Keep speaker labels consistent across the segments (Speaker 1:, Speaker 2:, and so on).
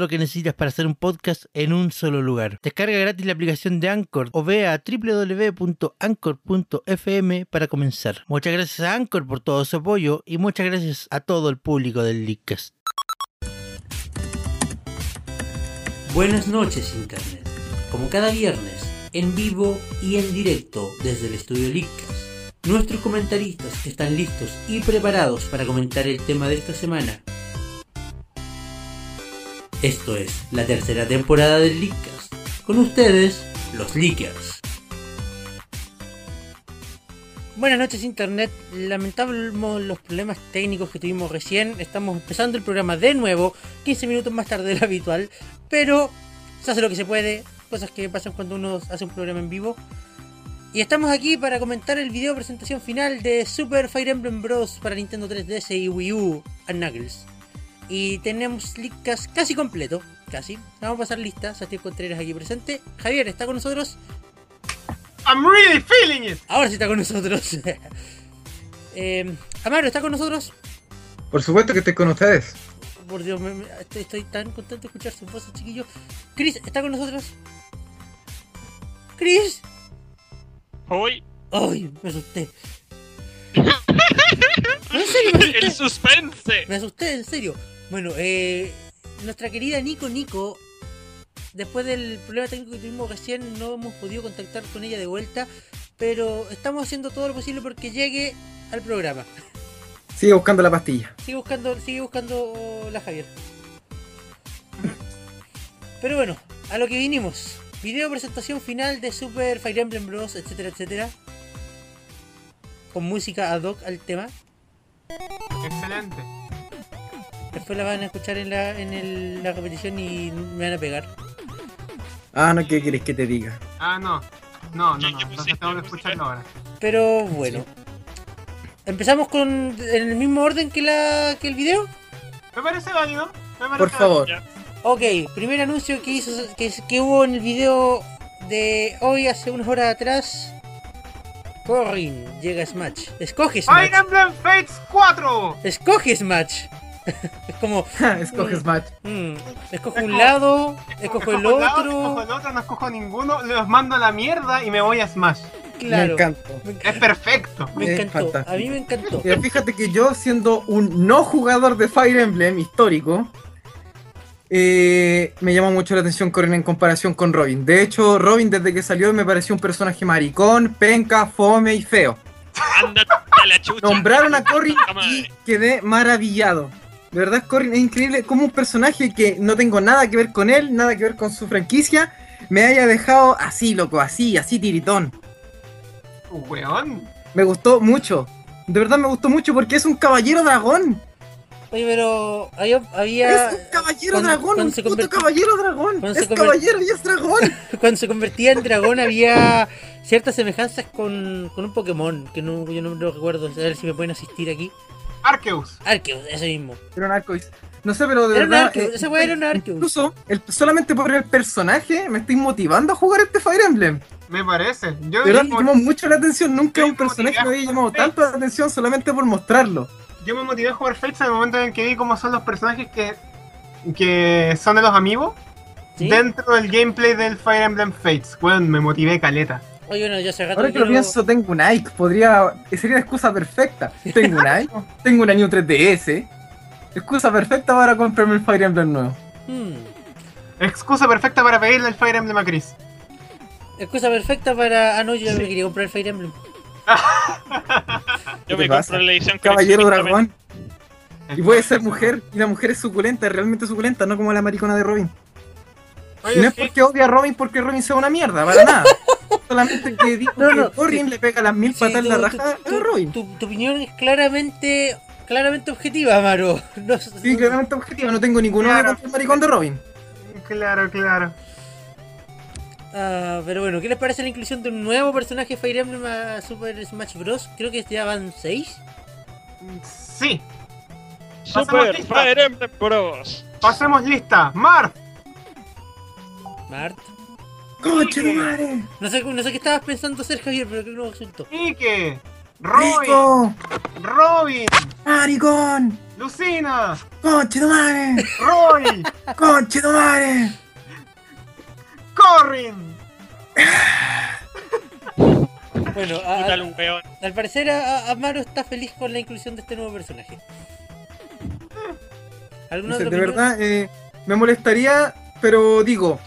Speaker 1: lo que necesitas para hacer un podcast en un solo lugar. Descarga gratis la aplicación de Anchor o ve a www.anchor.fm para comenzar. Muchas gracias a Anchor por todo su apoyo y muchas gracias a todo el público del Leadcast.
Speaker 2: Buenas noches Internet, como cada viernes, en vivo y en directo desde el estudio Lickas. Nuestros comentaristas están listos y preparados para comentar el tema de esta semana. Esto es la tercera temporada del Lickas. Con ustedes, los Lickers.
Speaker 3: Buenas noches Internet, lamentables los problemas técnicos que tuvimos recién, estamos empezando el programa de nuevo, 15 minutos más tarde de lo habitual, pero se hace lo que se puede, cosas que pasan cuando uno hace un programa en vivo. Y estamos aquí para comentar el video presentación final de Super Fire Emblem Bros. para Nintendo 3DS y Wii U a Knuckles. Y tenemos Leadcast casi completo, casi. Vamos a pasar lista, Santiago Contreras aquí presente. Javier está con nosotros,
Speaker 4: I'm really feeling it.
Speaker 3: ahora sí está con nosotros. eh, Amaro está con nosotros.
Speaker 5: Por supuesto que estoy con ustedes.
Speaker 3: Por Dios, me- me- estoy, estoy tan contento de escuchar sus voces, chiquillos. Chris, ¿está con nosotros? ¡Chris!
Speaker 4: Hoy
Speaker 3: ¡Ay! Me asusté. No, en serio, me
Speaker 4: el
Speaker 3: asusté.
Speaker 4: suspense.
Speaker 3: Me asusté, en serio. Bueno, eh, nuestra querida Nico Nico, después del problema técnico que tuvimos recién, no hemos podido contactar con ella de vuelta, pero estamos haciendo todo lo posible porque llegue al programa.
Speaker 5: Sigue buscando la pastilla.
Speaker 3: Sigue buscando, sigue buscando la Javier. Pero bueno, a lo que vinimos. Video presentación final de Super Fire Emblem Bros, etcétera, etcétera. Con música ad hoc al tema.
Speaker 4: Excelente.
Speaker 3: Después la van a escuchar en la, en el- la repetición y me van a pegar.
Speaker 5: Ah, no, ¿qué quieres que te diga?
Speaker 4: Ah, no. No, no, no.
Speaker 6: ¿Qué- qué pusiste?
Speaker 4: Entonces tengo que escucharlo ahora.
Speaker 3: Pero bueno. Empezamos con en el mismo orden que la que el video.
Speaker 4: Me parece válido. Me parece
Speaker 5: Por favor.
Speaker 3: Ok, primer anuncio que hizo que, que hubo en el video de hoy hace unas horas atrás. Corrin llega a Smash. Escoge
Speaker 4: válido.
Speaker 3: Smash.
Speaker 4: Fire Emblem Fates 4.
Speaker 3: Escoge Smash. es como,
Speaker 5: Escoge Smash.
Speaker 3: mm, escojo un lado, escojo
Speaker 4: Escojo
Speaker 3: el
Speaker 4: un lado, Escojo
Speaker 3: otro.
Speaker 4: el otro, no escojo ninguno. Los mando a la mierda y me voy a Smash.
Speaker 5: Me
Speaker 3: Claro.
Speaker 5: encanta.
Speaker 3: Me, enc-
Speaker 4: Es perfecto.
Speaker 3: me
Speaker 5: Es
Speaker 3: encantó. A
Speaker 5: fantástico.
Speaker 3: mí me encantó.
Speaker 5: Mira, fíjate que yo, siendo un no jugador de Fire Emblem histórico, eh, me llama mucho la atención Corin en comparación con Robin. De hecho, Robin desde que salió me pareció un personaje maricón, penca, fome y feo.
Speaker 6: Ándate a la chucha.
Speaker 5: Nombraron a Corrin
Speaker 6: Puta madre.
Speaker 5: y quedé maravillado. De verdad, Corrin, es increíble cómo un personaje que no tengo nada que ver con él, nada que ver con su franquicia, me haya dejado así, loco, así, así tiritón.
Speaker 4: Weón.
Speaker 5: Me gustó mucho. De verdad me gustó mucho porque es un caballero dragón.
Speaker 3: Oye, pero había, había-
Speaker 5: Es un caballero
Speaker 3: cuando-
Speaker 5: dragón,
Speaker 3: cuando
Speaker 5: un
Speaker 3: se
Speaker 5: puto
Speaker 3: convirtió-
Speaker 5: caballero dragón.
Speaker 3: cuando
Speaker 5: Es
Speaker 3: se convir-
Speaker 5: caballero y es dragón.
Speaker 3: cuando se convertía en dragón había ciertas semejanzas con, con un Pokémon que no, yo no lo recuerdo. A ver si me pueden asistir aquí.
Speaker 4: Arceus.
Speaker 3: Arceus, ese mismo.
Speaker 5: Era un arcoíris. No sé, pero de
Speaker 3: Era un
Speaker 5: verdad. eh,
Speaker 3: Arceus, ese weá era un Arceus.
Speaker 5: Incluso, el- solamente por el personaje, me estoy motivando a jugar este Fire Emblem.
Speaker 4: Me parece. Yo,
Speaker 5: De verdad,
Speaker 4: yo
Speaker 5: me
Speaker 4: me-
Speaker 5: llamó mucho la atención. Nunca un personaje me había llamado tanto la atención solamente por mostrarlo.
Speaker 4: yo me motivé a jugar Fates en el momento en el que vi cómo son los personajes que, que son de los amigos
Speaker 3: ¿Sí?
Speaker 4: dentro del gameplay del Fire Emblem Fates. Weón, me motivé caleta.
Speaker 3: Oye, bueno, yo hace rato
Speaker 5: Ahora que lo
Speaker 3: quiero-
Speaker 5: pienso, tengo un Ike. Podría. Sería la excusa perfecta. Tengo un Ike. tengo una New 3DS. Excusa perfecta para comprarme el Fire Emblem nuevo.
Speaker 3: Hmm,
Speaker 4: Excusa perfecta para pedirle el Fire Emblem a Chris.
Speaker 3: Excusa perfecta para. Ah, no, yo ya me quería comprar el Fire Emblem.
Speaker 5: ¿Qué te
Speaker 6: Yo me
Speaker 5: pasa?
Speaker 6: compro la edición
Speaker 5: Caballero
Speaker 6: coleccionista,
Speaker 5: dragón. Y puede ser mujer. Y la mujer es suculenta, es realmente suculenta, no como la maricona de Robin. Y no es porque odia a Robin porque Robin sea una mierda, para nada. Solamente que dijo
Speaker 3: No, no.
Speaker 5: que Corrin le pega las mil
Speaker 3: Sí,
Speaker 5: patas en la
Speaker 3: tu-
Speaker 5: raja
Speaker 3: tu-
Speaker 5: a
Speaker 3: tu-
Speaker 5: Robin.
Speaker 3: Tu, tu opinión es claramente, claramente objetiva, Amaro. No,
Speaker 5: Sí,
Speaker 3: no-
Speaker 5: claramente objetivo, no tengo ninguna
Speaker 4: Claro.
Speaker 5: contra el maricón de Robin.
Speaker 4: Claro, claro.
Speaker 3: Ah, pero bueno, ¿qué les parece la inclusión de un nuevo personaje Fire Emblem a Super Smash Bros? Creo que ya van 6.
Speaker 4: Sí,
Speaker 6: Super
Speaker 4: lista.
Speaker 6: Fire Emblem Bros.
Speaker 4: pasemos lista. Marf,
Speaker 3: Mart.
Speaker 5: ¡Coche de madre!
Speaker 3: No sé, no sé qué estabas pensando hacer, Javier, pero creo que no resultó.
Speaker 4: Ike, Robin,
Speaker 5: ¡Rico!
Speaker 4: Robin,
Speaker 5: ¡Maricón!
Speaker 4: Lucina,
Speaker 5: ¡Coche de madre!
Speaker 4: Roy,
Speaker 5: ¡Coche de madre!
Speaker 4: Corrin.
Speaker 3: Bueno, a-
Speaker 6: Puta un weón.
Speaker 3: al parecer a- a- Amaro está feliz con la inclusión de este nuevo personaje. ¿Alguna
Speaker 5: Dice,
Speaker 3: otra
Speaker 5: de
Speaker 3: opinión?
Speaker 5: verdad, eh, me molestaría, pero digo.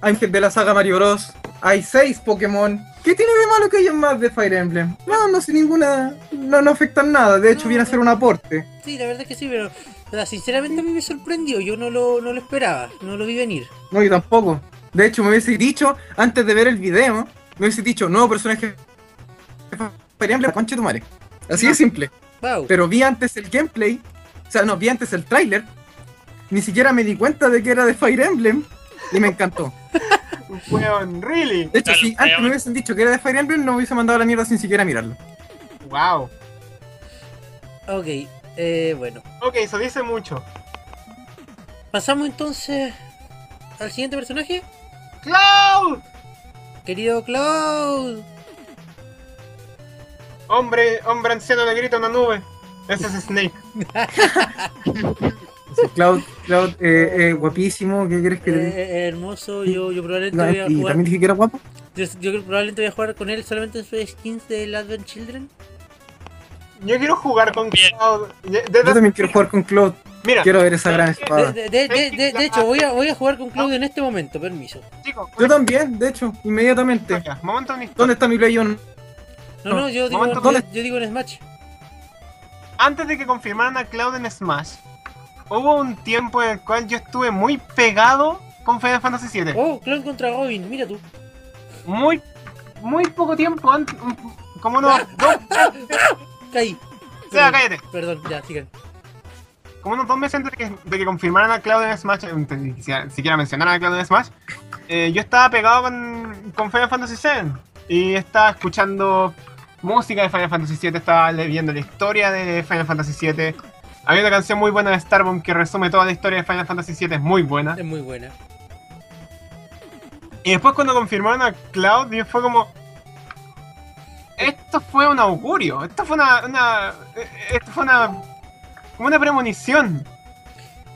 Speaker 5: Ángel de la saga Mario Bros. Hay seis Pokémon. ¿Qué tiene de malo que hayan más de Fire Emblem? No, no sé ninguna. No, no afectan nada. De hecho,
Speaker 3: No,
Speaker 5: viene a
Speaker 3: no.
Speaker 5: ser un aporte.
Speaker 3: Sí, la verdad es que sí, pero o sea, sinceramente a mí me sorprendió. Yo no lo, no lo esperaba, no lo vi venir.
Speaker 5: No, yo tampoco. De hecho, me hubiese dicho, antes de ver el video, me hubiese dicho, nuevo personaje. Fire Emblem, conche tu madre. Así de simple.
Speaker 3: Wow.
Speaker 5: Pero vi antes el gameplay. O sea, no, vi antes el tráiler. Ni siquiera me di cuenta de que era de Fire Emblem. Y me encantó.
Speaker 4: Weón, really.
Speaker 5: De hecho,
Speaker 6: Dale,
Speaker 5: si antes
Speaker 6: weón.
Speaker 5: me hubiesen dicho que era de Fire Emblem, no me hubiese mandado a la mierda sin siquiera mirarlo.
Speaker 4: Wow.
Speaker 3: Ok, eh, bueno.
Speaker 4: Ok, eso dice mucho.
Speaker 3: Pasamos entonces al siguiente personaje.
Speaker 4: Cloud,
Speaker 3: Querido Cloud.
Speaker 4: hombre, hombre anciano negrito en la nube. Ese es Snake.
Speaker 5: Entonces, Cloud, Cloud eh, eh, guapísimo, ¿qué crees que te diga?
Speaker 3: Eh, hermoso, yo, yo probablemente
Speaker 5: No,
Speaker 3: Eh, voy a
Speaker 5: y
Speaker 3: jugar.
Speaker 5: también dije que era guapo.
Speaker 3: Yo, yo probablemente voy a jugar con él solamente en su skins del Advent Children.
Speaker 4: Yo quiero jugar con
Speaker 6: Bien.
Speaker 4: Cloud. De- de-
Speaker 5: Yo también quiero jugar con Cloud.
Speaker 4: Mira,
Speaker 5: Quiero ver esa gran espada.
Speaker 3: De, de- de- de- de- de hecho, voy a, voy a jugar con Claudio en este momento, permiso.
Speaker 4: chicos,
Speaker 5: Yo también, de hecho, inmediatamente.
Speaker 4: historia, momento de una historia.
Speaker 5: ¿Dónde está mi Play 1?
Speaker 3: No,
Speaker 5: Ah.
Speaker 3: no, yo digo,
Speaker 4: Momento,
Speaker 3: yo,
Speaker 5: ¿dónde?
Speaker 3: yo digo en Smash.
Speaker 4: Antes de que confirmaran a Cloud en Smash, hubo un tiempo en el cual yo estuve muy pegado con Final Fantasy VII.
Speaker 3: Oh, Cloud contra Robin, mira tú.
Speaker 4: Muy, muy poco tiempo antes. Como unos dos,
Speaker 3: Caí.
Speaker 4: o sea, cállate.
Speaker 3: Perdón, ya, sigan.
Speaker 4: Como unos dos meses antes de que, de que confirmaran a Cloud en Smash, eh, ni siquiera, siquiera mencionaran a Cloud en Smash, eh, yo estaba pegado con, con Final Fantasy VII. Y estaba escuchando música de Final Fantasy VII, estaba leyendo la historia de Final Fantasy VII. Había una canción muy buena de Starbound que resume toda la historia de Final Fantasy VII, es muy
Speaker 5: Ah.
Speaker 4: buena.
Speaker 3: Es muy buena.
Speaker 4: Y después cuando confirmaron a Cloud, yo fue como... Esto fue un augurio, esto fue una... una eh, esto fue una... como una premonición.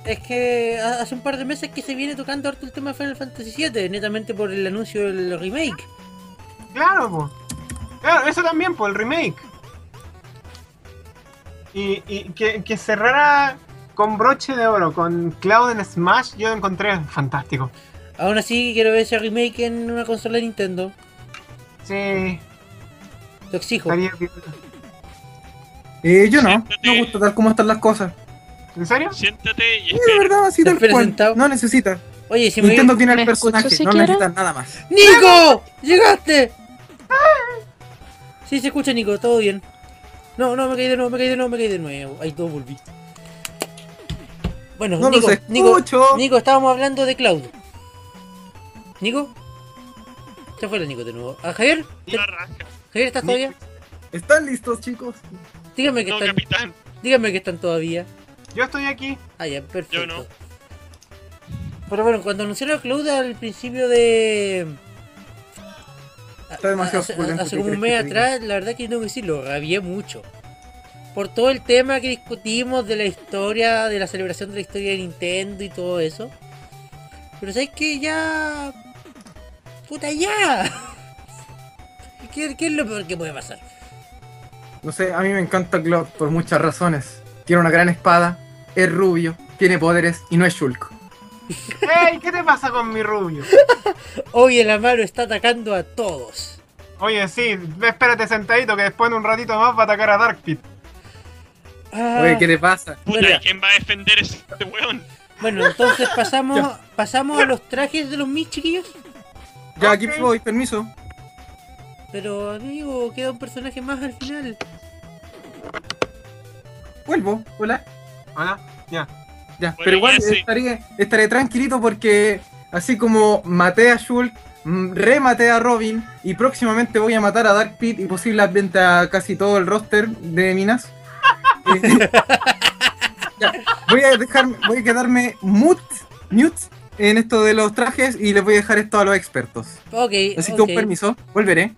Speaker 3: Es que ha- hace un par de meses que se viene tocando harto el tema de Final Fantasy VII, netamente por el anuncio del remake.
Speaker 4: Claro, po. Claro, eso también, por el remake. Y, y que, que cerrara con broche de oro, con Cloud en Smash, yo lo encontré fantástico.
Speaker 3: Aún así, quiero ver ese remake en una consola de Nintendo.
Speaker 4: Sí,
Speaker 3: Lo exijo.
Speaker 4: estaría bien.
Speaker 5: Eh, yo no,
Speaker 6: Siéntate.
Speaker 5: me gusta tal como están las cosas.
Speaker 4: ¿En serio?
Speaker 6: Siéntate y
Speaker 5: Eh, de
Speaker 6: espera.
Speaker 5: verdad, así
Speaker 3: Te
Speaker 5: tal
Speaker 3: espero
Speaker 5: cual.
Speaker 3: sentado.
Speaker 5: No necesita.
Speaker 3: Oye, si me
Speaker 5: Nintendo tiene el
Speaker 7: ¿Me escucho
Speaker 5: personaje,
Speaker 7: si
Speaker 5: no
Speaker 7: quiero?
Speaker 5: necesita nada más.
Speaker 3: ¡Nico! ¡Llegaste! Sí, se escucha, Nico, todo bien. No, no, me caí de nuevo, me caí de nuevo, me caí de nuevo. Ahí todo volví. Bueno,
Speaker 5: No
Speaker 3: Nico,
Speaker 5: los
Speaker 3: Nico,
Speaker 5: escucho.
Speaker 3: Nico, estábamos hablando de Cloud. ¿Nico? Se fue el Nico de nuevo. ¿A Javier?
Speaker 6: La raja.
Speaker 3: ¿Javier estás todavía?
Speaker 5: ¿Están listos, chicos?
Speaker 3: Dígame que
Speaker 6: No,
Speaker 3: están,
Speaker 6: capitán.
Speaker 3: dígame que están todavía.
Speaker 4: Yo estoy aquí.
Speaker 3: Ah, ya, perfecto.
Speaker 6: Yo no.
Speaker 3: Pero bueno, cuando anunciaron a Cloud al principio de.
Speaker 5: Está demasiado
Speaker 3: hace,
Speaker 5: suculento,
Speaker 3: hace
Speaker 5: ¿qué
Speaker 3: como un mes
Speaker 5: crees que te
Speaker 3: atrás, la verdad que tengo que decirlo, rabié mucho. Por todo el tema que discutimos de la historia, de la celebración de la historia de Nintendo y todo eso. Pero sabes que ya. ¡Puta ya! ¿Qué, qué es lo peor que puede pasar?
Speaker 5: No sé, a mí me encanta Cloud por muchas razones. Tiene una gran espada, es rubio, tiene poderes y no es Shulk.
Speaker 4: ¡Ey! ¿Qué te pasa con mi rubio?
Speaker 3: Hoy el Amaro está atacando a todos.
Speaker 4: Oye, sí, espérate sentadito que después en un ratito más va a atacar a Dark Pit.
Speaker 3: Ah.
Speaker 5: Oye, ¿qué te pasa?
Speaker 6: Puta,
Speaker 3: Mira.
Speaker 6: ¿y ¿quién va a defender ese weón?
Speaker 3: Bueno, entonces pasamos, pasamos a los trajes de los mis chiquillos.
Speaker 5: Ya, aquí
Speaker 4: Ok.
Speaker 5: voy, permiso.
Speaker 3: Pero amigo, queda un personaje más al final.
Speaker 5: Vuelvo, hola.
Speaker 4: Hola, ya.
Speaker 5: Ya,
Speaker 6: Bueno,
Speaker 5: pero igual
Speaker 6: ya sí.
Speaker 5: estaré, estaré tranquilito porque así como maté a Shulk, mm, rematé a Robin y próximamente voy a matar a Dark Pit y posiblemente a casi todo el roster de Minas. Eh, ya, voy a dejar, voy a quedarme mute, mute en esto de los trajes y les voy a dejar esto a los expertos.
Speaker 3: Ok,
Speaker 5: Así que
Speaker 3: ok.
Speaker 5: un permiso, volveré.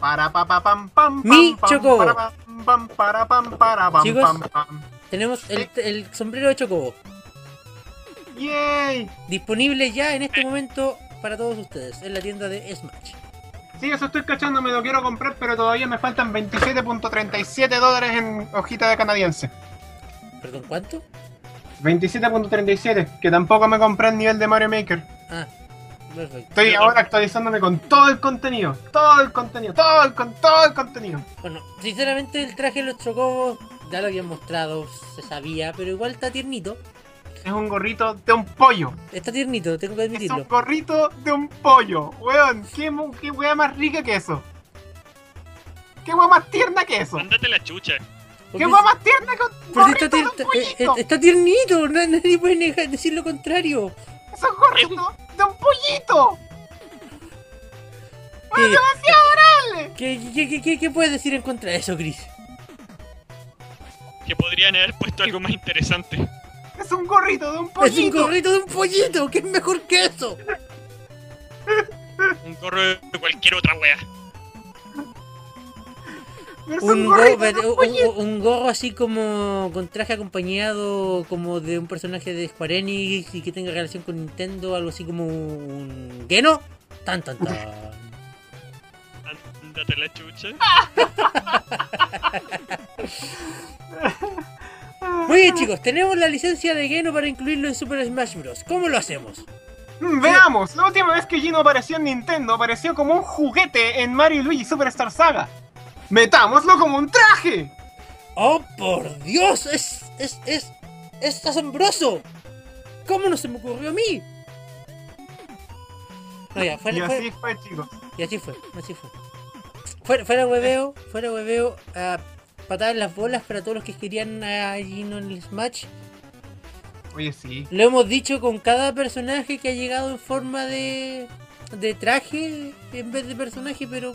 Speaker 4: Para pa pa pam pam pam,
Speaker 3: Mi
Speaker 4: pam,
Speaker 3: Chocobo.
Speaker 4: para, pam, pam, para, pam, para, pam,
Speaker 3: Chicos.
Speaker 4: pam, pam.
Speaker 3: Tenemos el, el sombrero de Chocobo.
Speaker 4: ¡Yay!
Speaker 3: Disponible ya en este momento para todos ustedes en la tienda de Smash.
Speaker 4: Sí, eso estoy cachando, me lo quiero comprar, pero todavía me faltan 27.37 dólares en hojita de canadiense.
Speaker 3: ¿Perdón, cuánto?
Speaker 4: 27.37, que tampoco me compré el nivel de Mario Maker.
Speaker 3: Ah, perfecto.
Speaker 4: Estoy ahora actualizándome con todo el contenido, todo el contenido, todo el, con, todo el contenido.
Speaker 3: Bueno, sinceramente el traje de los Chocobos ya lo habían mostrado, se sabía, pero igual está tiernito.
Speaker 4: Es un gorrito de un pollo.
Speaker 3: Está tiernito, tengo que
Speaker 4: Es un
Speaker 3: admitirlo.
Speaker 4: gorrito de un pollo. Weón, qué, mu- qué wea más rica que eso. Qué wea más tierna que
Speaker 5: Oh.
Speaker 4: eso.
Speaker 6: Mándate la chucha.
Speaker 4: ¿Qué
Speaker 3: Porque-
Speaker 4: hueá más tierna que un
Speaker 3: porque
Speaker 4: gorrito
Speaker 3: está,
Speaker 4: de
Speaker 3: tier-
Speaker 4: un
Speaker 3: eh, eh,
Speaker 4: pollito?
Speaker 3: está tiernito, na- nadie puede negar- decir lo contrario.
Speaker 4: ¡Es un gorrito de un pollito!
Speaker 3: ¿Qué,
Speaker 4: ¡Demasiado adorable!
Speaker 3: qué, qué- qué- qué- qué puedes decir en contra de eso, Chris?
Speaker 6: Que podrían haber puesto algo más interesante.
Speaker 4: ¡Es un gorrito de un
Speaker 3: Es un
Speaker 4: pollito!
Speaker 3: gorrito de un pollito, que es mejor que eso.
Speaker 6: Un gorro de cualquier otra wea.
Speaker 4: ¡Es
Speaker 3: Un
Speaker 4: un
Speaker 3: gorro,
Speaker 4: gorrito de
Speaker 3: pero-
Speaker 4: un
Speaker 3: un,
Speaker 4: pollito!
Speaker 3: un gorro así como con traje acompañado como de un personaje de Square Enix y que tenga relación con Nintendo, algo así como un Geno. Tan tan tan.
Speaker 6: Mándate la chucha.
Speaker 3: Ah, Muy bien chicos, tenemos la licencia de Geno para incluirlo en Super Smash Bros. ¿Cómo lo hacemos?
Speaker 4: Mm, Veamos, la última vez que Gino apareció en Nintendo apareció como un juguete en Mario y Luigi Superstar Saga. ¡Metámoslo como un traje!
Speaker 3: ¡Oh, por Dios! ¡Es, es, es, es asombroso! ¿Cómo no se me ocurrió a mí? No, ya, fuera,
Speaker 4: Y
Speaker 3: fuera-
Speaker 4: así fue, chicos.
Speaker 3: Y así fue, así fue. Fuera, fuera hueveo, fuera hueveo, a patada en las bolas para todos los que querían a Gino en el Smash.
Speaker 4: Oye, sí.
Speaker 3: Lo hemos dicho con cada personaje que ha llegado en forma de, de traje en vez de personaje, pero...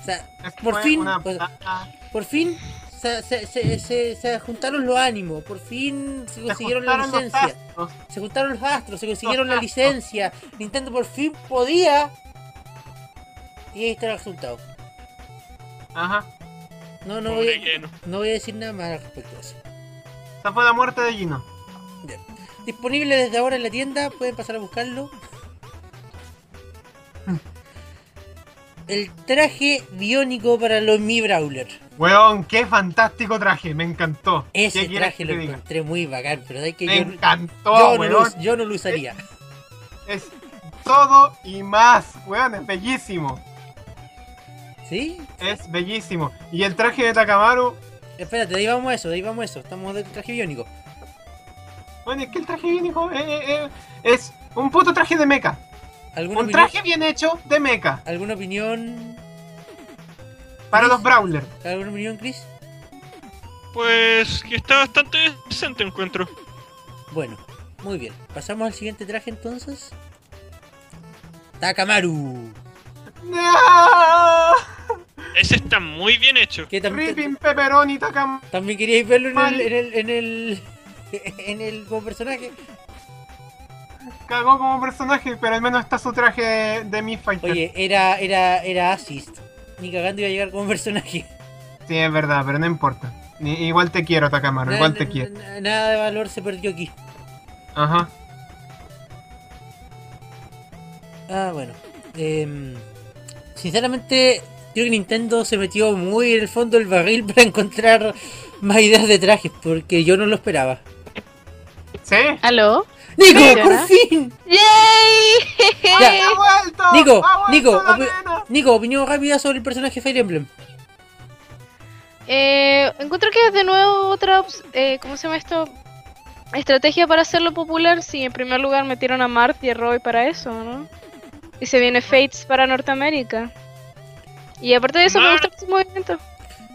Speaker 3: O sea,
Speaker 4: Es que
Speaker 3: Por
Speaker 4: fue
Speaker 3: fin,
Speaker 4: una ah,
Speaker 3: pues-
Speaker 4: plata.
Speaker 3: por fin se, se- se- se- se juntaron los ánimos, por fin se
Speaker 4: Se
Speaker 3: consiguieron la
Speaker 4: juntaron los
Speaker 3: licencia.
Speaker 4: astros.
Speaker 3: Se juntaron los astros, se consiguieron la
Speaker 4: astros.
Speaker 3: licencia. Nintendo por fin podía. Y ahí está el resultado.
Speaker 4: Ajá.
Speaker 3: No, no voy,
Speaker 6: Pobre
Speaker 3: a,
Speaker 6: Geno.
Speaker 3: no voy a decir nada más al respecto a eso.
Speaker 4: Esa fue la muerte de Gino.
Speaker 3: Disponible desde ahora en la tienda, pueden pasar a buscarlo.
Speaker 4: Hmm.
Speaker 3: El traje biónico para los Mi Brawler.
Speaker 4: Weón, qué fantástico traje, me encantó.
Speaker 3: Ese
Speaker 4: ¿Qué quieres
Speaker 3: traje
Speaker 4: que
Speaker 3: lo
Speaker 4: te diga?
Speaker 3: encontré muy bacán, pero hay que
Speaker 4: Me
Speaker 3: yo,
Speaker 4: encantó,
Speaker 3: yo no lo,
Speaker 4: weón. Eh.
Speaker 3: us- yo no lo usaría.
Speaker 4: Es todo y más, weón, es bellísimo.
Speaker 3: ¿Sí?
Speaker 4: Es bellísimo. Y el traje de Takamaru,
Speaker 3: Espérate, de ahí vamos a eso, de ahí vamos a eso. Estamos del traje biónico.
Speaker 4: bueno, es que el traje bien, hijo, eh, eh, eh, es un puto traje de mecha.
Speaker 3: ¿Alguna
Speaker 4: Un
Speaker 3: opinión?
Speaker 4: traje bien hecho de mecha.
Speaker 3: ¿Alguna opinión?
Speaker 4: Para
Speaker 3: Chris?
Speaker 4: los Brawler.
Speaker 3: ¿Alguna opinión, Chris?
Speaker 6: Pues que está bastante decente encuentro.
Speaker 3: Bueno, muy bien. Pasamos al siguiente traje entonces. Takamaru.
Speaker 4: ¡No!
Speaker 6: Ese está muy bien hecho.
Speaker 3: Que tam-
Speaker 4: Ah, Ripping Pepperoni Takamaru.
Speaker 3: también queríais verlo en el,
Speaker 4: Mal.
Speaker 3: en el, en el, en el como personaje.
Speaker 4: Cagó como personaje, pero al menos está su traje de, de Mii Fighter.
Speaker 3: Oye, era, era, era assist. Ni cagando iba a llegar como personaje.
Speaker 4: Sí, es verdad, pero no importa. I- Igual te quiero, Takamaru,
Speaker 3: Na-
Speaker 4: igual te
Speaker 3: na-
Speaker 4: quiero.
Speaker 3: na- nada de valor se perdió aquí.
Speaker 4: Ajá.
Speaker 3: Ah, bueno. Em, sinceramente, creo que Nintendo se metió muy en el fondo del barril para encontrar más ideas de trajes, porque yo no lo esperaba.
Speaker 4: ¿Sí?
Speaker 7: ¿Aló?
Speaker 3: ¡Nico,
Speaker 7: Sí,
Speaker 3: por
Speaker 7: ¿verdad?
Speaker 3: fin!
Speaker 7: ¡Yay!
Speaker 3: Ya.
Speaker 4: ¡Ha vuelto!
Speaker 3: Nico,
Speaker 4: ¡Ha vuelto
Speaker 3: Nico,
Speaker 4: la
Speaker 3: opi-
Speaker 4: nena!
Speaker 3: Nico, opinión rápida sobre el personaje Fire Emblem.
Speaker 7: Eh, encuentro que es de nuevo otra... ops- eh, ¿Cómo se llama esto? Estrategia para hacerlo popular, sí, en primer lugar metieron a Mart y a Roy para eso, ¿no? Y se viene Fates para Norteamérica. Y aparte de eso, me
Speaker 6: Mart.
Speaker 7: gusta este movimiento.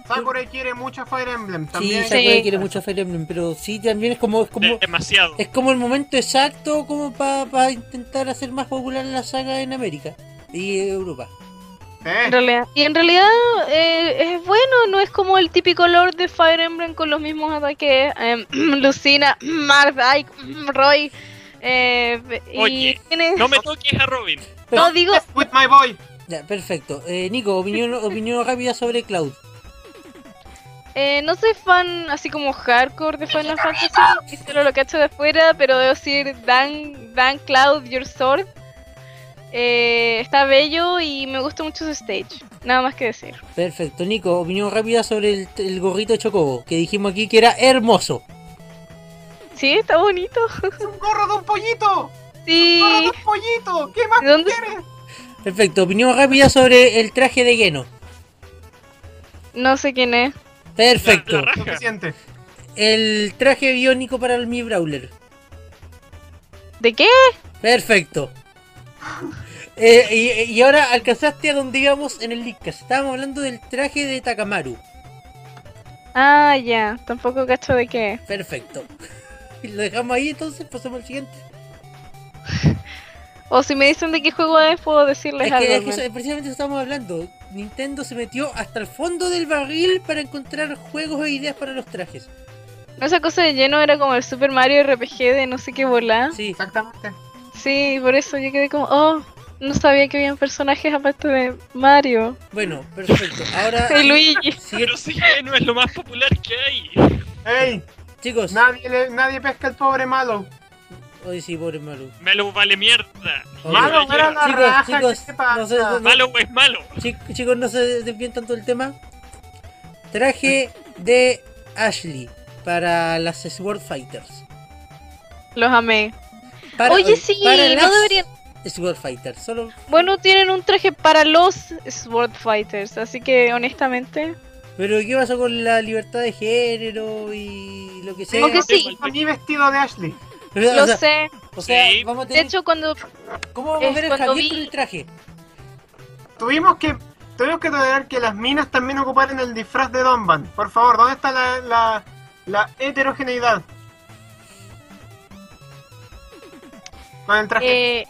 Speaker 4: Sakurai quiere mucho Fire Emblem
Speaker 3: Sí,
Speaker 4: también.
Speaker 3: Sakurai quiere mucho a Fire Emblem, pero sí, también es como, es como,
Speaker 6: de- demasiado.
Speaker 3: es como el momento exacto como para intentar hacer más popular la saga en América y Europa.
Speaker 7: En
Speaker 4: Sí.
Speaker 7: realidad. Y en realidad eh, es bueno, no es como el típico Lord de Fire Emblem con los mismos ataques. em, Lucina, Mart, Ike, Roy. eh, y
Speaker 6: Oye,
Speaker 7: tiene-
Speaker 6: No me toques a Robin.
Speaker 7: no digo,
Speaker 4: With my boy.
Speaker 3: Ya, perfecto. Eh, Nico, opinión, opinión rápida sobre Cloud.
Speaker 7: Eh, no soy fan así como hardcore de Final Fantasy, y solo lo cacho de afuera, pero debo decir, Dan, Dan Cloud, Your Sword, eh, está bello y me gusta mucho su stage, nada más que decir.
Speaker 3: Perfecto, Nico, opinión rápida sobre el, el gorrito Chocobo, que dijimos aquí que era hermoso.
Speaker 7: Sí, está bonito.
Speaker 4: Es un gorro de un pollito. Gorro de
Speaker 7: Sí,
Speaker 4: un pollito. ¿Qué más
Speaker 7: ¿De dónde?
Speaker 4: quieres?
Speaker 3: Perfecto, opinión rápida sobre el traje de Geno.
Speaker 7: no sé quién es.
Speaker 6: La,
Speaker 3: Perfecto.
Speaker 6: la raja.
Speaker 4: Suficiente.
Speaker 3: El traje biónico para el Mi Brawler.
Speaker 7: ¿De qué?
Speaker 3: Perfecto. Eh, y, y ahora alcanzaste a donde íbamos en el Leadcast. Estábamos hablando del traje de Takamaru.
Speaker 7: Ah, ya, tampoco cacho de qué.
Speaker 3: Perfecto. Lo dejamos ahí entonces, pasamos al siguiente.
Speaker 7: O si me dicen de qué juego es, puedo decirles
Speaker 3: Es que,
Speaker 7: algo.
Speaker 3: es que
Speaker 7: al menos.
Speaker 3: eso- precisamente eso estamos hablando. Nintendo se metió hasta el fondo del barril para encontrar juegos e ideas para los trajes.
Speaker 7: Esa cosa de lleno era como el Super Mario RPG de no sé qué volar.
Speaker 3: Sí,
Speaker 4: Exactamente.
Speaker 7: Sí, por eso yo quedé como, oh, no sabía que habían personajes aparte de Mario
Speaker 3: bueno, perfecto. Ahora,
Speaker 7: y Luigi.
Speaker 6: Pero
Speaker 3: siguiente-
Speaker 6: sí que no es lo más popular que hay.
Speaker 4: Ey,
Speaker 3: chicos.
Speaker 4: nadie, le- nadie pesca al pobre malo.
Speaker 3: Hoy sí, pobre Maru.
Speaker 6: Malo vale mierda.
Speaker 3: Oye.
Speaker 4: Malo,
Speaker 6: Mierda.
Speaker 4: era la
Speaker 3: Chicos,
Speaker 4: raja.
Speaker 3: chicos,
Speaker 4: ¿Qué te pasa?
Speaker 3: no sé, no- no-
Speaker 6: Malo es malo.
Speaker 3: Chi- chicos, no se desvíen tanto del tema. Traje de Ashley para las Sword Fighters.
Speaker 7: Los amé.
Speaker 3: Para-
Speaker 7: Oye, sí,
Speaker 3: para
Speaker 7: no
Speaker 3: las
Speaker 7: deberían.
Speaker 3: Sword Fighters. Solo
Speaker 7: Bueno, tienen un traje para los Sword Fighters, así que honestamente.
Speaker 3: Pero ¿qué pasó con la libertad de género y lo que sea?
Speaker 7: Aunque sí,
Speaker 4: A mi vestido de Ashley.
Speaker 3: O sea,
Speaker 7: lo sé.
Speaker 3: o sea,
Speaker 6: Sí.
Speaker 3: vamos a
Speaker 7: De
Speaker 3: tener...
Speaker 7: hecho, cuando.
Speaker 3: ¿Cómo vamos a
Speaker 7: es
Speaker 3: ver el
Speaker 7: cuando
Speaker 3: Javier
Speaker 7: vi-
Speaker 3: con el traje?
Speaker 4: Tuvimos que, tuvimos que tolerar que las minas también ocuparan el disfraz de Donban. Por favor, ¿dónde está la, la, la heterogeneidad? Con el traje.
Speaker 7: eh,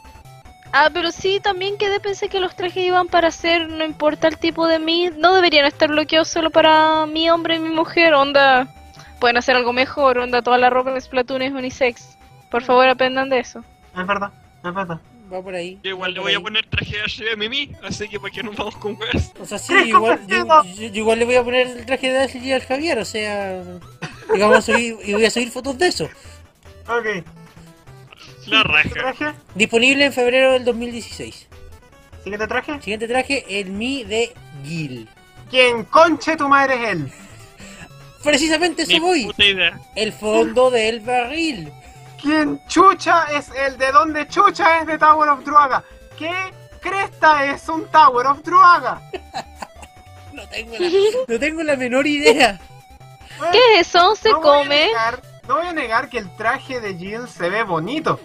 Speaker 7: Ah, pero sí, también quedé, pensé que los trajes iban para ser, no importa el tipo de mí, no deberían estar bloqueados solo para mi hombre y mi mujer, onda. Pueden hacer algo mejor, onda, toda la ropa de Splatoon es unisex. Por favor, aprendan de eso.
Speaker 4: Es verdad, es verdad.
Speaker 3: Va por ahí.
Speaker 6: Yo igual
Speaker 3: va
Speaker 6: le
Speaker 3: por
Speaker 6: voy a
Speaker 3: ahí.
Speaker 6: poner traje de Ashley a Mimi, así que para que no vamos con weas.
Speaker 3: O sea, sí, yo igual, yo, yo- yo igual le voy a poner el traje de Ashley al Javier, o sea... Y, vamos a subir, y voy a subir fotos de eso.
Speaker 4: Ok, ¿qué
Speaker 6: La raja.
Speaker 4: traje?
Speaker 3: Disponible en febrero del 2016.
Speaker 4: ¿Siguiente traje?
Speaker 3: Siguiente traje, el Mi de Gil.
Speaker 4: Quien conche tu madre es él.
Speaker 3: Precisamente
Speaker 6: Ni
Speaker 3: eso voy.
Speaker 6: puta idea.
Speaker 3: El fondo del barril.
Speaker 4: Quien chucha es el de donde chucha es de Tower of Druaga. ¿Qué cresta es un Tower of Druaga?
Speaker 3: No tengo la, no tengo la menor idea.
Speaker 4: Bueno,
Speaker 7: ¿Qué es eso? ¿Se
Speaker 4: no voy a
Speaker 7: come?
Speaker 4: negar- no voy a negar que el traje de Jill se ve bonito.